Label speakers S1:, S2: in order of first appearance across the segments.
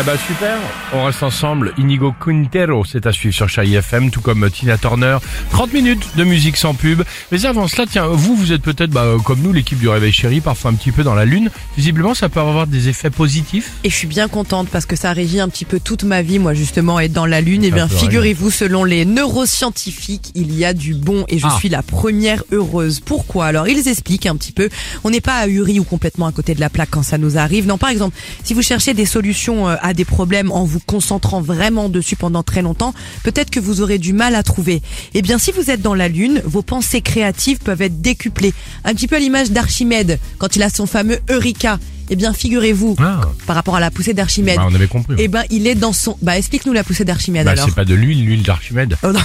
S1: Eh ben super, on reste ensemble. Inigo Quintero, c'est à suivre sur Chai FM, tout comme Tina Turner. 30 minutes de musique sans pub. Mais avant cela, tiens, vous, vous êtes peut-être bah, euh, comme nous, l'équipe du Réveil Chéri, parfois un petit peu dans la lune. Visiblement, ça peut avoir des effets positifs.
S2: Et je suis bien contente parce que ça régit un petit peu toute ma vie, moi justement, être dans la Lune. Et
S1: Ça
S2: bien,
S1: peut régler.
S2: figurez-vous, selon les neuroscientifiques, il y a du bon et je
S1: Ah.
S2: suis la première heureuse. Pourquoi Alors, ils expliquent un petit peu. On n'est pas ahuri ou complètement à côté de la plaque quand ça nous arrive. Non, par exemple, si vous cherchez des solutions euh, à des problèmes en vous concentrant vraiment dessus pendant très longtemps, peut-être que vous aurez du mal à trouver. Eh bien, si vous êtes dans la Lune, vos pensées créatives peuvent être décuplées. Un petit peu à l'image d'Archimède, quand il a son fameux Eureka. Eh bien, figurez-vous,
S1: Ah.
S2: par rapport à la poussée d'Archimède.
S1: Bah, on avait compris.
S2: Eh ben, il est dans son. Bah, explique-nous la poussée d'Archimède
S1: Bah,
S2: alors.
S1: c'est pas de l'huile, l'huile d'Archimède.
S2: Oh, non.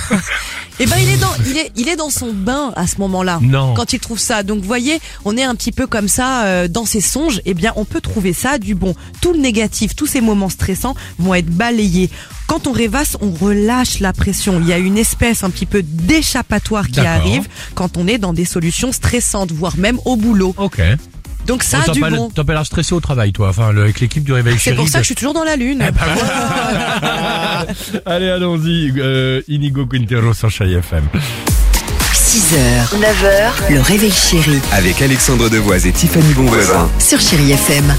S2: eh ben, il est dans, il est, il est dans son bain à ce moment-là.
S1: Non.
S2: Quand il trouve ça. Donc, vous voyez, on est un petit peu comme ça euh, dans ses songes. Eh bien, on peut trouver ça du bon. Tout le négatif, tous ces moments stressants vont être balayés. Quand on rêvasse, on relâche la pression. Il y a une espèce un petit peu d'échappatoire qui
S1: D'accord.
S2: arrive quand on est dans des solutions stressantes, voire même au boulot.
S1: Ok.
S2: Donc, ça
S1: Oh,
S2: a
S1: t'as
S2: du
S1: pas le-
S2: bon.
S1: t'as pas l'air stressé au travail, toi, enfin, le- avec l'équipe du Réveil Chéri.
S2: C'est pour ça
S1: de-
S2: que je suis toujours dans la lune.
S1: Eh ben Allez, allons-y. euh, Inigo Quintero sur Chai FM.
S3: 6h, 9h, le réveil chéri
S4: Avec Alexandre Devoise et Tiffany Bonvoisin.
S3: sur Chéri FM.